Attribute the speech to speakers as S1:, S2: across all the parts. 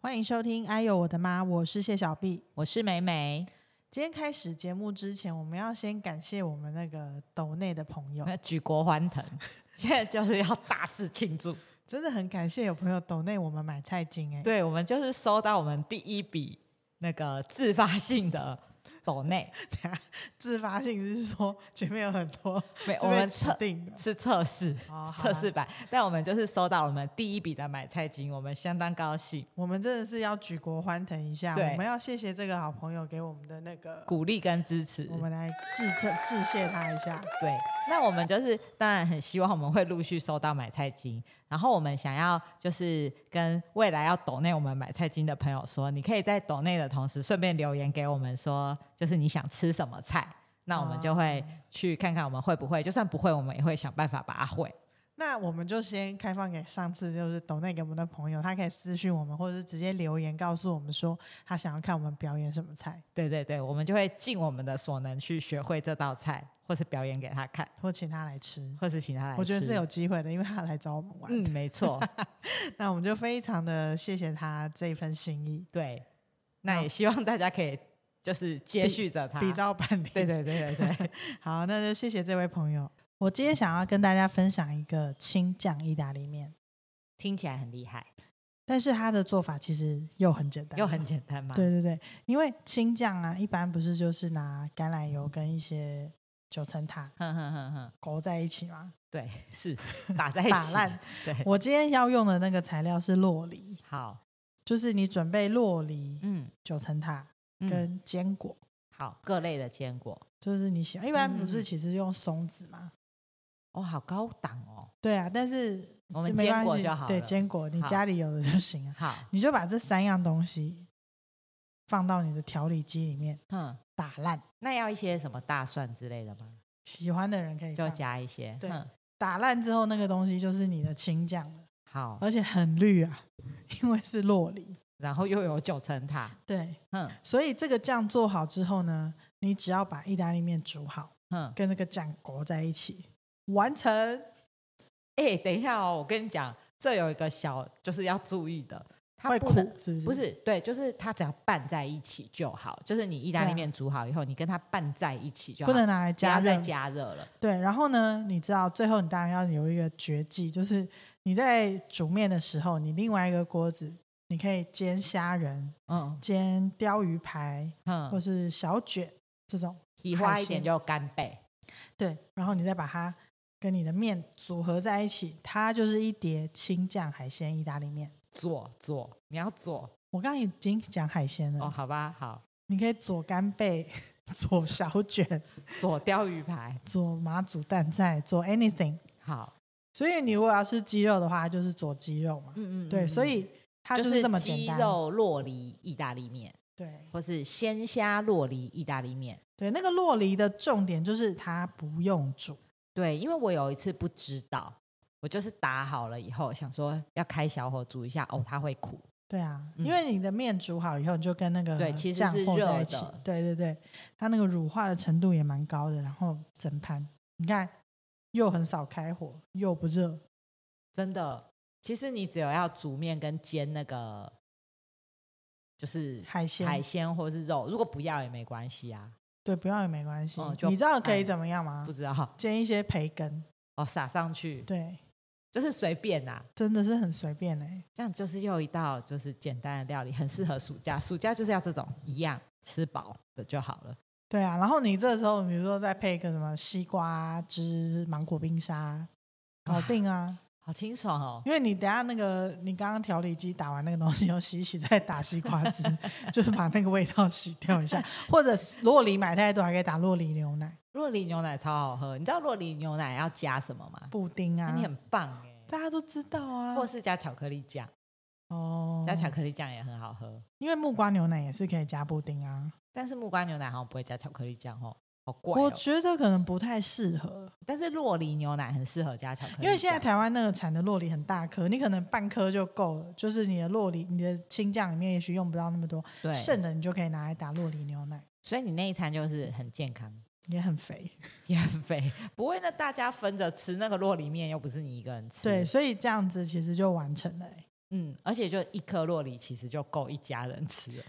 S1: 欢迎收听《哎呦我的妈》，我是谢小碧。
S2: 我是美美，
S1: 今天开始节目之前，我们要先感谢我们那个抖内的朋友，
S2: 举国欢腾， 现在就是要大肆庆 祝。
S1: 真的很感谢有朋友抖内我们买菜金哎、
S2: 对，我们就是收到我们第一笔那个自发性的抖内，
S1: 等下自发性是说 前面有很多
S2: 没，
S1: 是
S2: 我
S1: 被
S2: 们
S1: 指
S2: 测
S1: 定的，
S2: 是测试
S1: 哦好啦
S2: 测试版，但我们就是收到我们第一笔的买菜金，我们相当高兴，
S1: 我们真的是要举国欢腾一下，
S2: 对
S1: 我们要谢谢这个好朋友给我们的那个，
S2: 鼓励跟支持
S1: 我。们来致称致谢他一下。
S2: 对，那我们就是当然很希望我们会陆续收到买菜金，然后我们想要就是跟未来要抖内我们买菜金的朋友说，你可以在抖内的同时顺便留言给我们说，就是你想吃什么菜，那我们就
S1: 哦
S2: 会去看看我们会不会，就算不会，我们也会想办法把它会。
S1: 那我们就先开放给上次就是抖内给我们的朋友，他可以私讯我们，或者是直接留言告诉我们说他想要看我们表演什么菜，
S2: 对对对，我们就会尽我们的所能去学会这道菜，或是表演给他看，
S1: 或请他来吃。
S2: 或是请他来吃。
S1: 我觉得是有机会的，因为他来找我们玩，
S2: 嗯，没错，
S1: 那我们就非常的谢谢他这一份心意，
S2: 对。那也希望大家可以就是接续着它。
S1: 比照办理。
S2: 对对对对对。
S1: 好，那就谢谢这位朋友。我今天想要跟大家分享一个青酱意大利面，
S2: 听起来很厉害，
S1: 但是它的做法其实又很简单，
S2: 又很简单嘛。
S1: 对对对，因为青酱啊，一般不是就是拿橄榄油跟一些九层塔
S2: 哼哼哼哼，
S1: 勾在一起吗？
S2: 对， 是打在一起，
S1: 打烂。
S2: 对，
S1: 我今天要用的那个材料是洛梨，
S2: 好，
S1: 就是你准备洛梨、
S2: 嗯，
S1: 九层塔
S2: 嗯
S1: 跟坚果，
S2: 好，各类的坚果，
S1: 就是你喜欢。一般不
S2: 嗯嗯
S1: 是
S2: 嗯
S1: 其实用松子嘛？
S2: 哦，好高档哦，
S1: 对啊，但是
S2: 我们
S1: 这没
S2: 坚
S1: 关
S2: 果
S1: 系
S2: 就好
S1: 对，
S2: 了
S1: 坚果你
S2: 好
S1: 家里有的就行啊。
S2: 好，
S1: 你就把这三样东西放到你的调理机里面
S2: 嗯，
S1: 打烂，
S2: 那要一些什么大蒜之类的吗？
S1: 喜欢的人可以
S2: 就
S1: 放。
S2: 加一些，
S1: 对
S2: 哼
S1: 打烂之后，那个东西就是你的青酱了，
S2: 好，
S1: 而且很绿啊， 因为是洛梨。
S2: 然后又有九层 塔，
S1: 对，
S2: 哼
S1: 所以这个酱做好之后呢，你只要把意大利面煮好，
S2: 哼，
S1: 跟这个酱裹在一起，完成。
S2: 哎，等一下哦，我跟你讲，这有一个小就是要注意的，它
S1: 会
S2: 不
S1: 苦
S2: 能。
S1: 是不是？
S2: 不，是，对，就是它只要拌在一起就好。就是你意大
S1: 对
S2: 利
S1: 啊
S2: 面煮好以后，你跟它拌在一起就好，
S1: 不能拿来
S2: 不要
S1: 加
S2: 再
S1: 热。
S2: 加热了。
S1: 对，然后呢，你知道最后你当然要有一个绝技，就是你在煮面的时候，你另外一个锅子，你可以煎虾仁、
S2: 嗯
S1: 煎鲷鱼排
S2: 嗯，
S1: 或是小卷这种，
S2: 提
S1: 海
S2: 花一点
S1: 鲜
S2: 就干贝，
S1: 对，然后你再把它跟你的面组合在一起，它就是一碟青酱海鲜意大利面。
S2: 左左，你要左
S1: 我刚刚已经讲海鲜了，
S2: 哦，好吧，好，
S1: 你可以左干贝、左小卷、
S2: 左鲷鱼排，
S1: 左马祖蛋菜、左 anything。
S2: 好，
S1: 所以你如果要吃鸡肉的话，它就是左鸡肉嘛。
S2: 嗯嗯
S1: 对，所
S2: 嗯
S1: 以它
S2: 就
S1: 就是这么
S2: 鸡
S1: 简单。
S2: 肉洛梨意大利面，
S1: 对
S2: 或是鲜虾洛梨意大利面。
S1: 对，那个洛梨的重点就是它不用煮，
S2: 对，因为我有一次不知道，我就是打好了以后，想说要开小火煮一下，哦，它会苦，
S1: 对啊，
S2: 嗯
S1: 因为你的面煮好以后，你就跟那个
S2: 对其实
S1: 酱
S2: 是
S1: 和在
S2: 热
S1: 一起
S2: 的。
S1: 对对对，它那个乳化的程度也蛮高的，然后整盘你看又很少开火，又不热，
S2: 真的。其实你只有要煮面跟煎那个，就是
S1: 海鲜
S2: 海鲜或是肉，如果不要也没关系啊，
S1: 对，不要也没关系。
S2: 嗯就
S1: 你知道可以
S2: 按
S1: 怎么样吗
S2: 不？知道
S1: 煎一些培根，
S2: 哦，撒上去
S1: 啊对，
S2: 就是随便啦、
S1: 真的是很随便嘞、欸
S2: 这样就是又一道就是简单的料理，很适合暑假。暑假就是要这种一样吃饱的就好了。
S1: 对啊，然后你这时候比如说再配一个什么西瓜汁、芒果冰沙，搞定啊！
S2: 好清爽哦！
S1: 因为你等下那个你刚刚调理机打完那个东西，又洗一洗再打西瓜汁， 就是把那个味道洗掉一下。或者是洛梨买太多，还可以打洛梨牛奶
S2: 洛梨牛奶超好喝，你知道洛梨牛奶要加什么吗？
S1: 布丁
S2: 那
S1: 啊，
S2: 你很棒哎、
S1: 大家都知道啊。
S2: 或是加巧克力酱，
S1: 哦，
S2: 加巧克力酱也很好喝。
S1: 因为木瓜牛奶也是可以加布丁啊。
S2: 但是木瓜牛奶好像不会加巧克力酱哦，好怪、
S1: 我
S2: 哦。
S1: 觉得可能不太适合，
S2: 但是洛梨牛奶很适合加巧克力酱，
S1: 因为现在台湾那个产的洛梨很大颗，你可能半颗就够了，就是你的洛梨，你的青酱里面也许用不到那么多。
S2: 对，
S1: 剩的你就可以拿来打洛梨牛奶，
S2: 所以你那一餐就是很健康，
S1: 也很肥。
S2: 也很肥，不会那大家分着吃那个洛梨面，又不是你一个人吃。
S1: 对，所以这样子其实就完成了欸、
S2: 嗯，而且就一颗洛梨其实就够一家人吃了。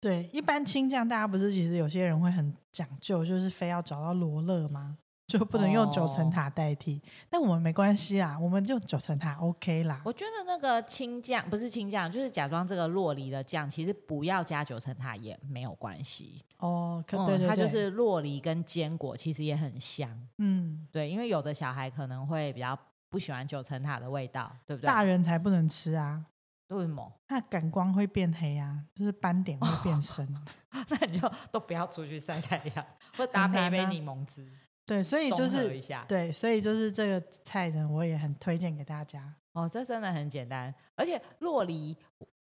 S1: 对，一
S2: 嗯
S1: 般青酱大家不是其实有些人会很讲究，就是非要找到罗勒吗？就不能用九
S2: 哦
S1: 层塔代替，但我们没关系啦，我们就九层塔 OK 啦。
S2: 我觉得那个青酱不是青酱，就是假装这个洛梨的酱，其实不要加九层塔也没有关系。
S1: 哦，可对对对，
S2: 嗯它就是洛梨跟坚果，其实也很香。
S1: 嗯，
S2: 对，因为有的小孩可能会比较不喜欢九层塔的味道，对不啊对？
S1: 大人才不能吃啊，
S2: 为什么？
S1: 那感光会变黑啊，就是斑点会变深。
S2: 哦那你就都不要出去晒太阳，或搭配一
S1: 很
S2: 杯
S1: 难啊
S2: 柠檬汁，
S1: 对，所 以就
S2: 综合
S1: 是
S2: 一下。
S1: 对，所以就是这个菜呢，我也很推荐给大家。
S2: 哦，这真的很简单，而且洛梨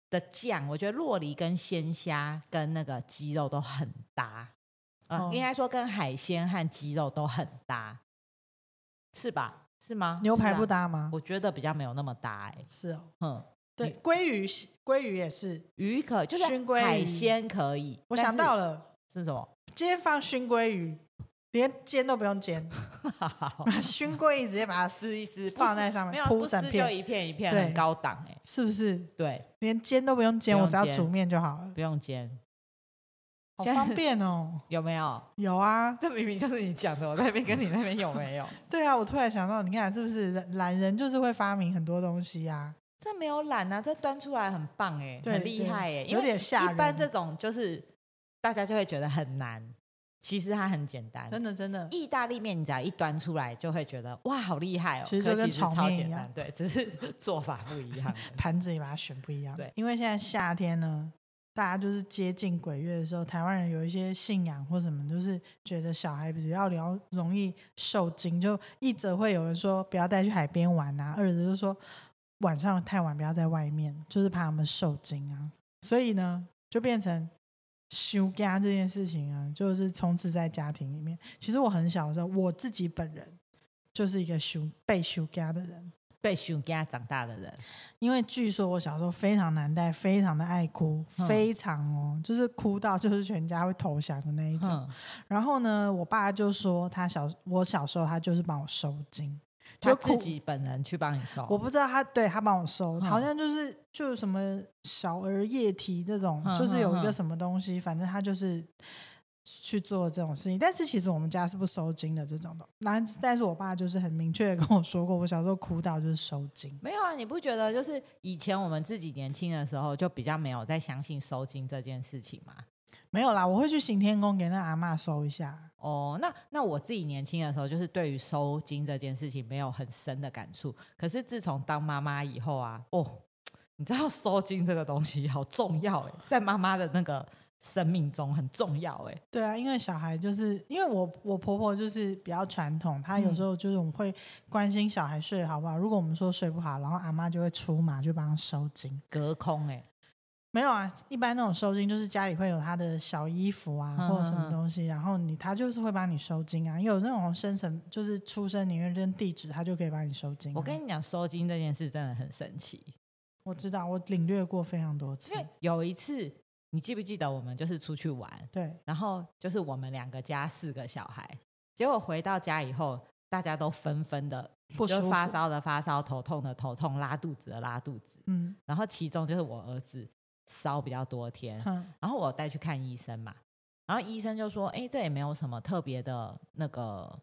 S2: 的酱，我觉得洛梨跟鲜虾跟那个鸡肉都很搭，呃，
S1: 哦
S2: 应该说跟海鲜和鸡肉都很搭，是吧？是吗？
S1: 牛排
S2: 是啊
S1: 不，搭吗？
S2: 我觉得比较没有那么搭、欸，
S1: 是哦，
S2: 嗯，
S1: 对，鲑鱼是鲑鱼也是，
S2: 鱼可就是
S1: 熏鲑
S2: 海
S1: 鱼
S2: 鲜可以，
S1: 我
S2: 但
S1: 想
S2: 是
S1: 到了，
S2: 是什么？
S1: 今天放熏鲑鱼，连煎都不用 煎，把熏鲑鱼直接把它撕
S2: 撕一撕，不
S1: 放
S2: 撕
S1: 在上
S2: 没
S1: 面
S2: 有
S1: 铺
S2: 不
S1: 整
S2: 撕就
S1: 片，
S2: 一片一片，
S1: 对
S2: 很高档哎、
S1: 是不是？
S2: 对，
S1: 连煎都不用煎，
S2: 不用
S1: 我只要
S2: 煎
S1: 煮面就好了，
S2: 不用煎，
S1: 好
S2: 现在
S1: 方便哦。
S2: 有没有？
S1: 有啊，
S2: 这明明就是你讲的，我在那边跟你那边有没有？
S1: 对啊，我突然想到，你看是不是懒人就是会发明很多东西啊？
S2: 这没有懒啊，这端出来很棒哎、
S1: 对
S2: 很厉
S1: 对
S2: 害哎、因
S1: 有
S2: 为
S1: 点吓人。
S2: 一般这种就是大家就会觉得很难，其实它很简单。
S1: 真的真的，
S2: 意大利面你只要一端出来，就会觉得哇，好厉害哦！
S1: 其实
S2: 可
S1: 就跟炒
S2: 超
S1: 面
S2: 简
S1: 一样
S2: 单，对，只是 做法不一样。
S1: 盘子里把它选不一样。
S2: 对
S1: 因为现在夏天呢，大家就是接近鬼月的时候，台湾人有一些信仰或什么，就是觉得小孩比较聊容易受惊，就一则会有人说不要带去海边玩啊，二则就说晚上太晚不要在外面，就是怕他们受惊啊。所以呢，就变成。休假这件事情啊，就是充斥在家庭里面。其实我很小的时候，我自己本人就是一个休被休假的人，
S2: 被熊家长大的人，
S1: 因为据说我小时候非常难带，非常的爱哭，
S2: 嗯
S1: 非常哦，就是哭到就是全家会投降的那一种。
S2: 哼，
S1: 然后呢，我爸就说他小我小时候他就是帮我收金，
S2: 就
S1: 就
S2: 自
S1: 哭。
S2: 己本人去帮你收。
S1: 我不知道他对他帮我收，
S2: 嗯
S1: 好像就是就什么小儿夜啼这种，
S2: 嗯
S1: 就是有一
S2: 嗯
S1: 个
S2: 嗯
S1: 什么东西，反正他就是去做这种事情。但是其实我们家是不收金的这种的，然后但是我爸就是很明确的跟我说过，我小时候哭到就是收金。
S2: 没有啊，你不觉得就是以前我们自己年轻的时候，就比较没有在相信收金这件事情吗？
S1: 没有啦，我会去行天宫给那阿嬷收一下。
S2: 哦，那那我自己年轻的时候，就是对于收金这件事情没有很深的感触。可是自从当妈妈以后啊，哦， 你知道收金这个东西好重要哎，在妈妈的那个生命中很重要哎。
S1: 对啊，因为小孩就是因为我我婆婆就是比较传统，她
S2: 嗯
S1: 有时候就是我们会关心小孩睡得好不好。如果我们说睡不好，然后阿妈就会出马就帮他收金。
S2: 隔空哎，
S1: 没有啊，一般那种收金就是家里会有她的小衣服啊
S2: 嗯
S1: 或者什
S2: 嗯
S1: 么
S2: 嗯
S1: 东西，然后你她就是会帮你收金啊。有那种生辰就是出生年月跟地址，她就可以帮你收金啊、
S2: 我跟你讲，收金这件事真的很神奇，
S1: 我知道，我领略过非常多次
S2: 因。为有一次，你记不记得我们就是出去玩，
S1: 对，
S2: 然后就是我们两个加四个小孩，结果回到家以后，大家都纷纷的
S1: 不
S2: 就
S1: 舒
S2: 是
S1: 服。
S2: 发烧的发烧，头痛的头痛，拉肚子的拉肚子。
S1: 嗯
S2: 然后其中就是我儿子烧比较多天，
S1: 哼
S2: 然后我带去看医生嘛，然后医生就说：“哎，这也没有什么特别的那个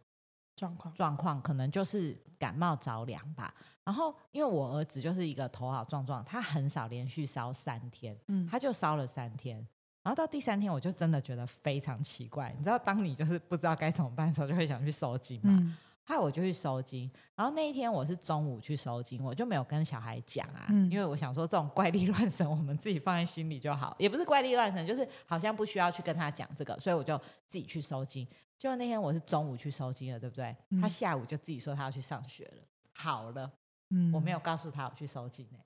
S1: 状况。
S2: 状况，可能就是感冒着凉吧。”然后因为我儿子就是一个头好壮壮，他很少连续烧三天，
S1: 嗯，
S2: 他就烧了三天。然后到第三天，我就真的觉得非常奇怪。你知道，当你就是不知道该怎么办的时候，就会想去收金嘛。
S1: 嗯
S2: 害我就去收金，然后那一天我是中午去收金，我就没有跟小孩讲啊，
S1: 嗯
S2: 因为我想说这种怪力乱神，我们自己放在心里就好，也不是怪力乱神，就是好像不需要去跟他讲这个，所以我就自己去收金。结果那天我是中午去收金的，对不对？
S1: 嗯
S2: 他下午就自己说他要去上学了。好了，
S1: 嗯，
S2: 我没有告诉他我去收金欸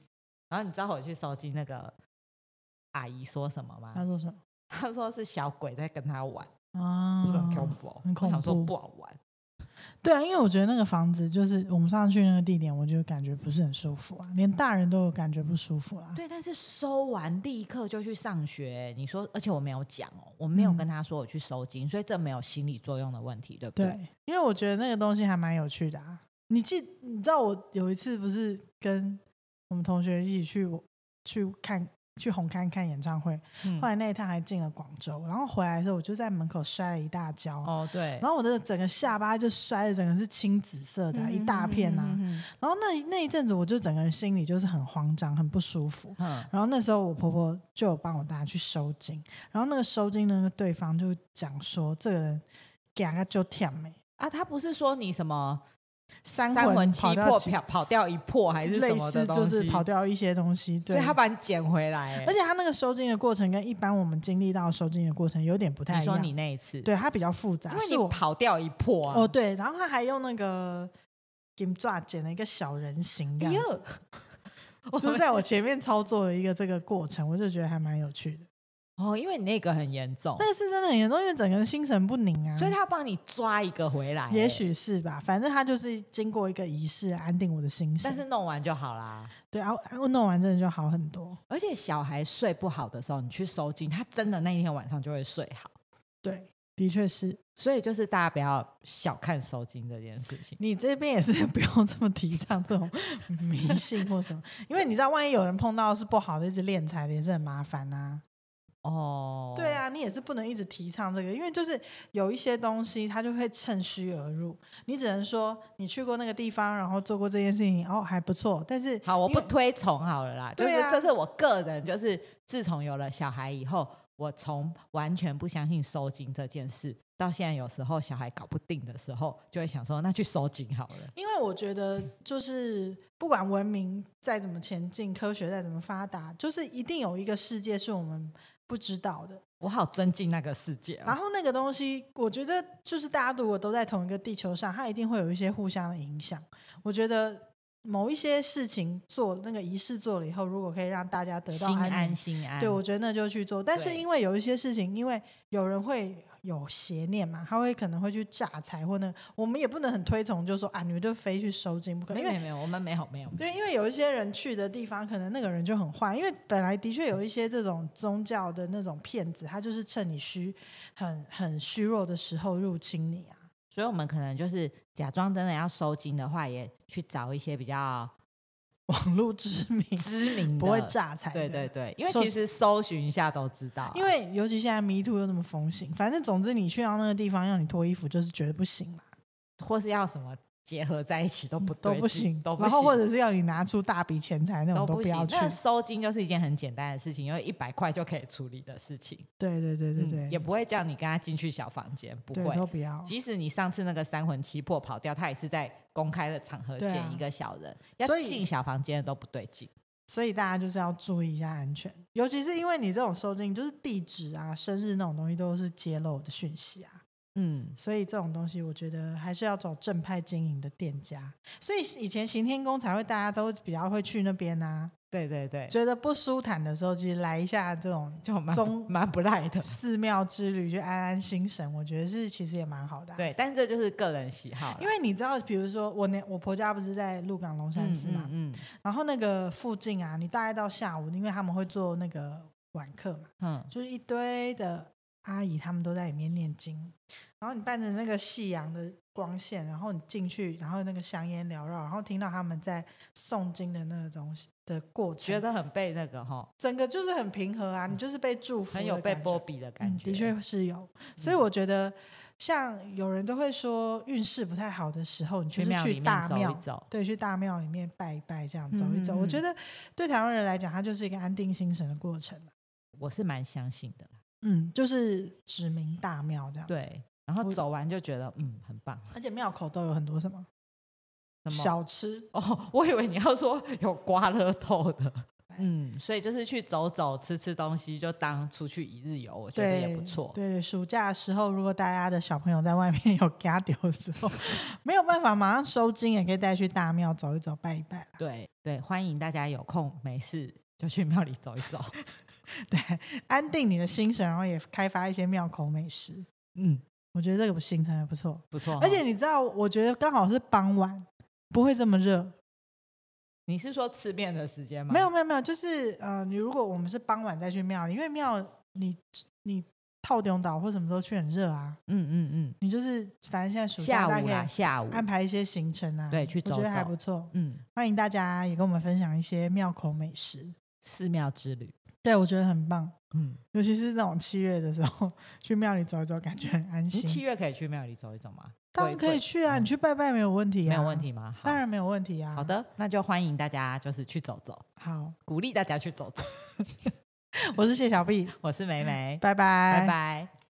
S2: 然后你知道我去收金那个阿姨说什么吗？
S1: 他说什么？
S2: 她说是小鬼在跟他玩，
S1: 啊，
S2: 是不是很恐怖？哦
S1: 很恐
S2: 我想说
S1: 怖
S2: 不好玩。
S1: 对啊，因为我觉得那个房子就是我们上次去那个地点，我就感觉不是很舒服啊，连大人都有感觉不舒服啊啦、
S2: 对，但是收完立刻就去上学。欸你说，而且我没有讲哦，我没有
S1: 嗯
S2: 跟他说我去收金，所以这没有心理作用的问题，对不
S1: 对？因为我觉得那个东西还蛮有趣的啊。你记，你知道我有一次不是跟我们同学一起去我去看去红磡看演唱会，
S2: 嗯
S1: 后来那一趟还进了广州，然后回来的时候我就在门口摔了一大跤，
S2: 哦，对，
S1: 然后我的整个下巴就摔的整个是青紫色的啊、一大片啊，
S2: 嗯
S1: 然后那那一阵子我就整个人心里就是很慌张，很不舒服。
S2: 嗯
S1: 然后那时候我婆婆就有帮我大家去收金，然后那个收金的那个对方就讲说，这个人给他就跳没
S2: 啊，他不是说你什么
S1: 三
S2: 魂
S1: 魂
S2: 七
S1: 跑掉
S2: 魄
S1: 几
S2: 跑跑掉一魄还是什
S1: 类
S2: 么的
S1: 似
S2: 东
S1: 就
S2: 西，
S1: 是跑掉一些东西，
S2: 所
S1: 对
S2: 以。他把你捡回来、欸。
S1: 而且他那个收金的过程跟一般我们经历到收金的过程有点不太
S2: 你
S1: 一
S2: 说
S1: 样，
S2: 你那一次，，
S1: 对它比较复杂，
S2: 因为
S1: 是我
S2: 你跑掉一魄啊。
S1: 哦对，然后他还用那个金爪剪了一个小人形，这
S2: 哎
S1: 样
S2: 呦
S1: 子，
S2: 我
S1: 就是在我前面操作了一个这个过程，我就觉得还蛮有趣 的。
S2: 哦，因为你那个很严重，
S1: 但是真的很严重，因为整个人心神不宁啊。
S2: 所以他帮你抓一个回来、欸
S1: 也，许是吧，反正他就是经过一个仪式安定我的心神。
S2: 但是弄完就好啦。
S1: 对啊，啊弄完真的就好很多。
S2: 而且小孩睡不好的时候，你去收金，他真的那一天晚上就会睡好。
S1: 对，的确是
S2: 所以就是大家不要小看收金这件事情。
S1: 你这边也是 不用这么提倡这种迷信或什么，因为你知道，万一有人碰到是不好的，一直敛财的也是很麻烦啊。
S2: 哦，
S1: 对，啊，你也是不能一直提倡这个，因为就是有一些东西它就会趁虚而入。你只能说你去过那个地方，然后做过这件事情，哦，还不错。但是
S2: 好，我
S1: 因
S2: 不
S1: 为
S2: 推崇好了啦，就是
S1: 对啊
S2: 这是我个人，就是自从有了小孩以后，我从完全不相信收金这件事，到现在有时候小孩搞不定的时候，就会想说那去收金好了。
S1: 因为我觉得就是不管文明再怎么前进，科学再怎么发达，就是一定有一个世界是我们不知道的。
S2: 我好尊敬那个世界、
S1: 然
S2: 啊。
S1: 后那个东西，我觉得就是大家如果都在同一个地球上，它一定会有一些互相的影响。我觉得某一些事情做那个仪式做了以后，如果可以让大家得到
S2: 心
S1: 宁
S2: 安心安，
S1: 对，我觉得那就去做。但是
S2: 对
S1: 因为有一些事情，因为有人会有邪念嘛，他会可能会去榨财或那个，我们也不能很推崇，就说啊，你们就非去收金不可，
S2: 没
S1: 因
S2: 有没
S1: 为。
S2: 有没有，我们没有没有，
S1: 对，因为有一些人去的地方，可能那个人就很坏。因为本来的确有一些这种宗教的那种骗子，他就是趁你虚、很很虚弱的时候入侵你啊。
S2: 所以我们可能就是假装真的要收金的话，也去找一些比较
S1: 网络知名
S2: 知名的，
S1: 不会榨财的，
S2: 对对对，因为
S1: 收
S2: 其实搜寻一下都知道啊、
S1: 因为尤其现在迷途又那么风行，反正总之你去到那个地方，要你脱衣服就是绝对不行啦。
S2: 或是要什么结合在一起都不
S1: 都
S2: 对
S1: 不
S2: 劲
S1: 行，
S2: 都不
S1: 然后
S2: 行
S1: 或者是要你拿出大笔钱财那种都
S2: 都不
S1: 不要
S2: 行。
S1: 去。
S2: 那收金就是一件很简单的事情，因为一百块就可以处理的事情，
S1: 对对对对对，
S2: 嗯也不会叫你跟他进去小房间，不
S1: 对
S2: 会
S1: 都。不要。
S2: 即使你上次那个三魂七魄跑掉，他也是在公开的场合
S1: 对啊
S2: 见一个小人，
S1: 所
S2: 要
S1: 以
S2: 进小房间的都不对劲。嗯
S1: 所以大家就是要注意一下安全，尤其是因为你这种收金，就是地址啊、生日那种东西都是揭露的讯息啊，
S2: 嗯，
S1: 所以这种东西我觉得还是要找正派经营的店家。所以以前行天宫才会大家都比较会去那边啊，
S2: 对对对，
S1: 觉得不舒坦的时候，其实来一下这种
S2: 就蛮
S1: 中
S2: 蛮不赖的。
S1: 寺庙之旅，就安安心神，我觉得是其实也蛮好的、啊。
S2: 对，但这就是个人喜好啦，
S1: 因为你知道，比如说我那我婆家不是在鹿港龙山
S2: 嗯
S1: 寺嘛，
S2: 嗯
S1: 然后那个附近啊，你大概到下午，因为他们会做那个晚课嘛，
S2: 嗯
S1: 就是一堆的阿姨他们都在里面念经，然后你伴着那个夕阳的光线，然后你进去，然后那个香烟缭绕，然后听到他们在诵经的那个东西的过
S2: 觉
S1: 程，
S2: 得很被那个哈，
S1: 整个就是很平和啊，你就是被祝福的
S2: 很
S1: 感觉，
S2: 有被波比的感
S1: 嗯，
S2: 觉。嗯
S1: 的，确是有。所以我觉得，像有人都会说运势不太好的时候，你就
S2: 去
S1: 是
S2: 庙里
S1: 去
S2: 面
S1: 大
S2: 走一
S1: 庙，
S2: 走，
S1: 对，去大庙里面拜一拜，这样
S2: 嗯
S1: 走一走。我
S2: 嗯
S1: 觉得对台湾人来讲，它就是一个安定心神的过程啊
S2: 我是蛮相信的啦。
S1: 嗯，就是指名大庙这样。，
S2: 对，然后
S1: 我
S2: 走完就觉得嗯很棒。
S1: 而且庙口都有很多什么
S2: 什么
S1: 小吃，
S2: 哦，我以为你要说有刮乐透的，嗯，所以就是去走走吃吃东西，就当出去一日游，我觉
S1: 对，
S2: 得也不错。
S1: 对，啊暑假的时候，如果大家的小朋友在外面 有给他丢的时候，没有办法马上收金，也可以带去大庙走一走，拜一拜啦。
S2: 对对，欢迎大家有空没事就去庙里走一 走。
S1: 对，安定你的心神，然后也开发一些庙口美食。
S2: 嗯，
S1: 我觉得这个行程还不错，
S2: 不错哦。
S1: 而且你知道，我觉得刚好是傍晚，不会这么热。
S2: 你是说吃面的时间吗？
S1: 没有，没有没有，就是呃，你如果我们是傍晚再去庙里，因为庙你你套顶岛或什么时候去很热啊，
S2: 嗯嗯
S1: 你就是反正现在暑
S2: 嗯，
S1: 假
S2: 下
S1: 大
S2: 午啦，
S1: 家可
S2: 下午
S1: 以，安排一些行程啊，
S2: 对去走
S1: 我觉得还
S2: 走
S1: 不错。
S2: 嗯，
S1: 欢迎大家也跟我们分享一些庙口美食。
S2: 寺庙之旅。
S1: 对我觉得很棒，
S2: 嗯，
S1: 尤其是那种七月的时候去庙里走一走，感觉很安
S2: 你嗯七
S1: 心。
S2: 月可以去庙里走一走吗？
S1: 当然
S2: 贵
S1: 可以
S2: 贵
S1: 去啊，
S2: 嗯
S1: 你去拜拜没有问题啊，
S2: 没有问，题吗？好
S1: 当然没有问题啊。
S2: 好，的，那就欢迎大家就是去走走，
S1: 好，
S2: 鼓励大家去走走。
S1: 我是谢小碧，
S2: 我是梅梅，
S1: 拜拜，
S2: 拜拜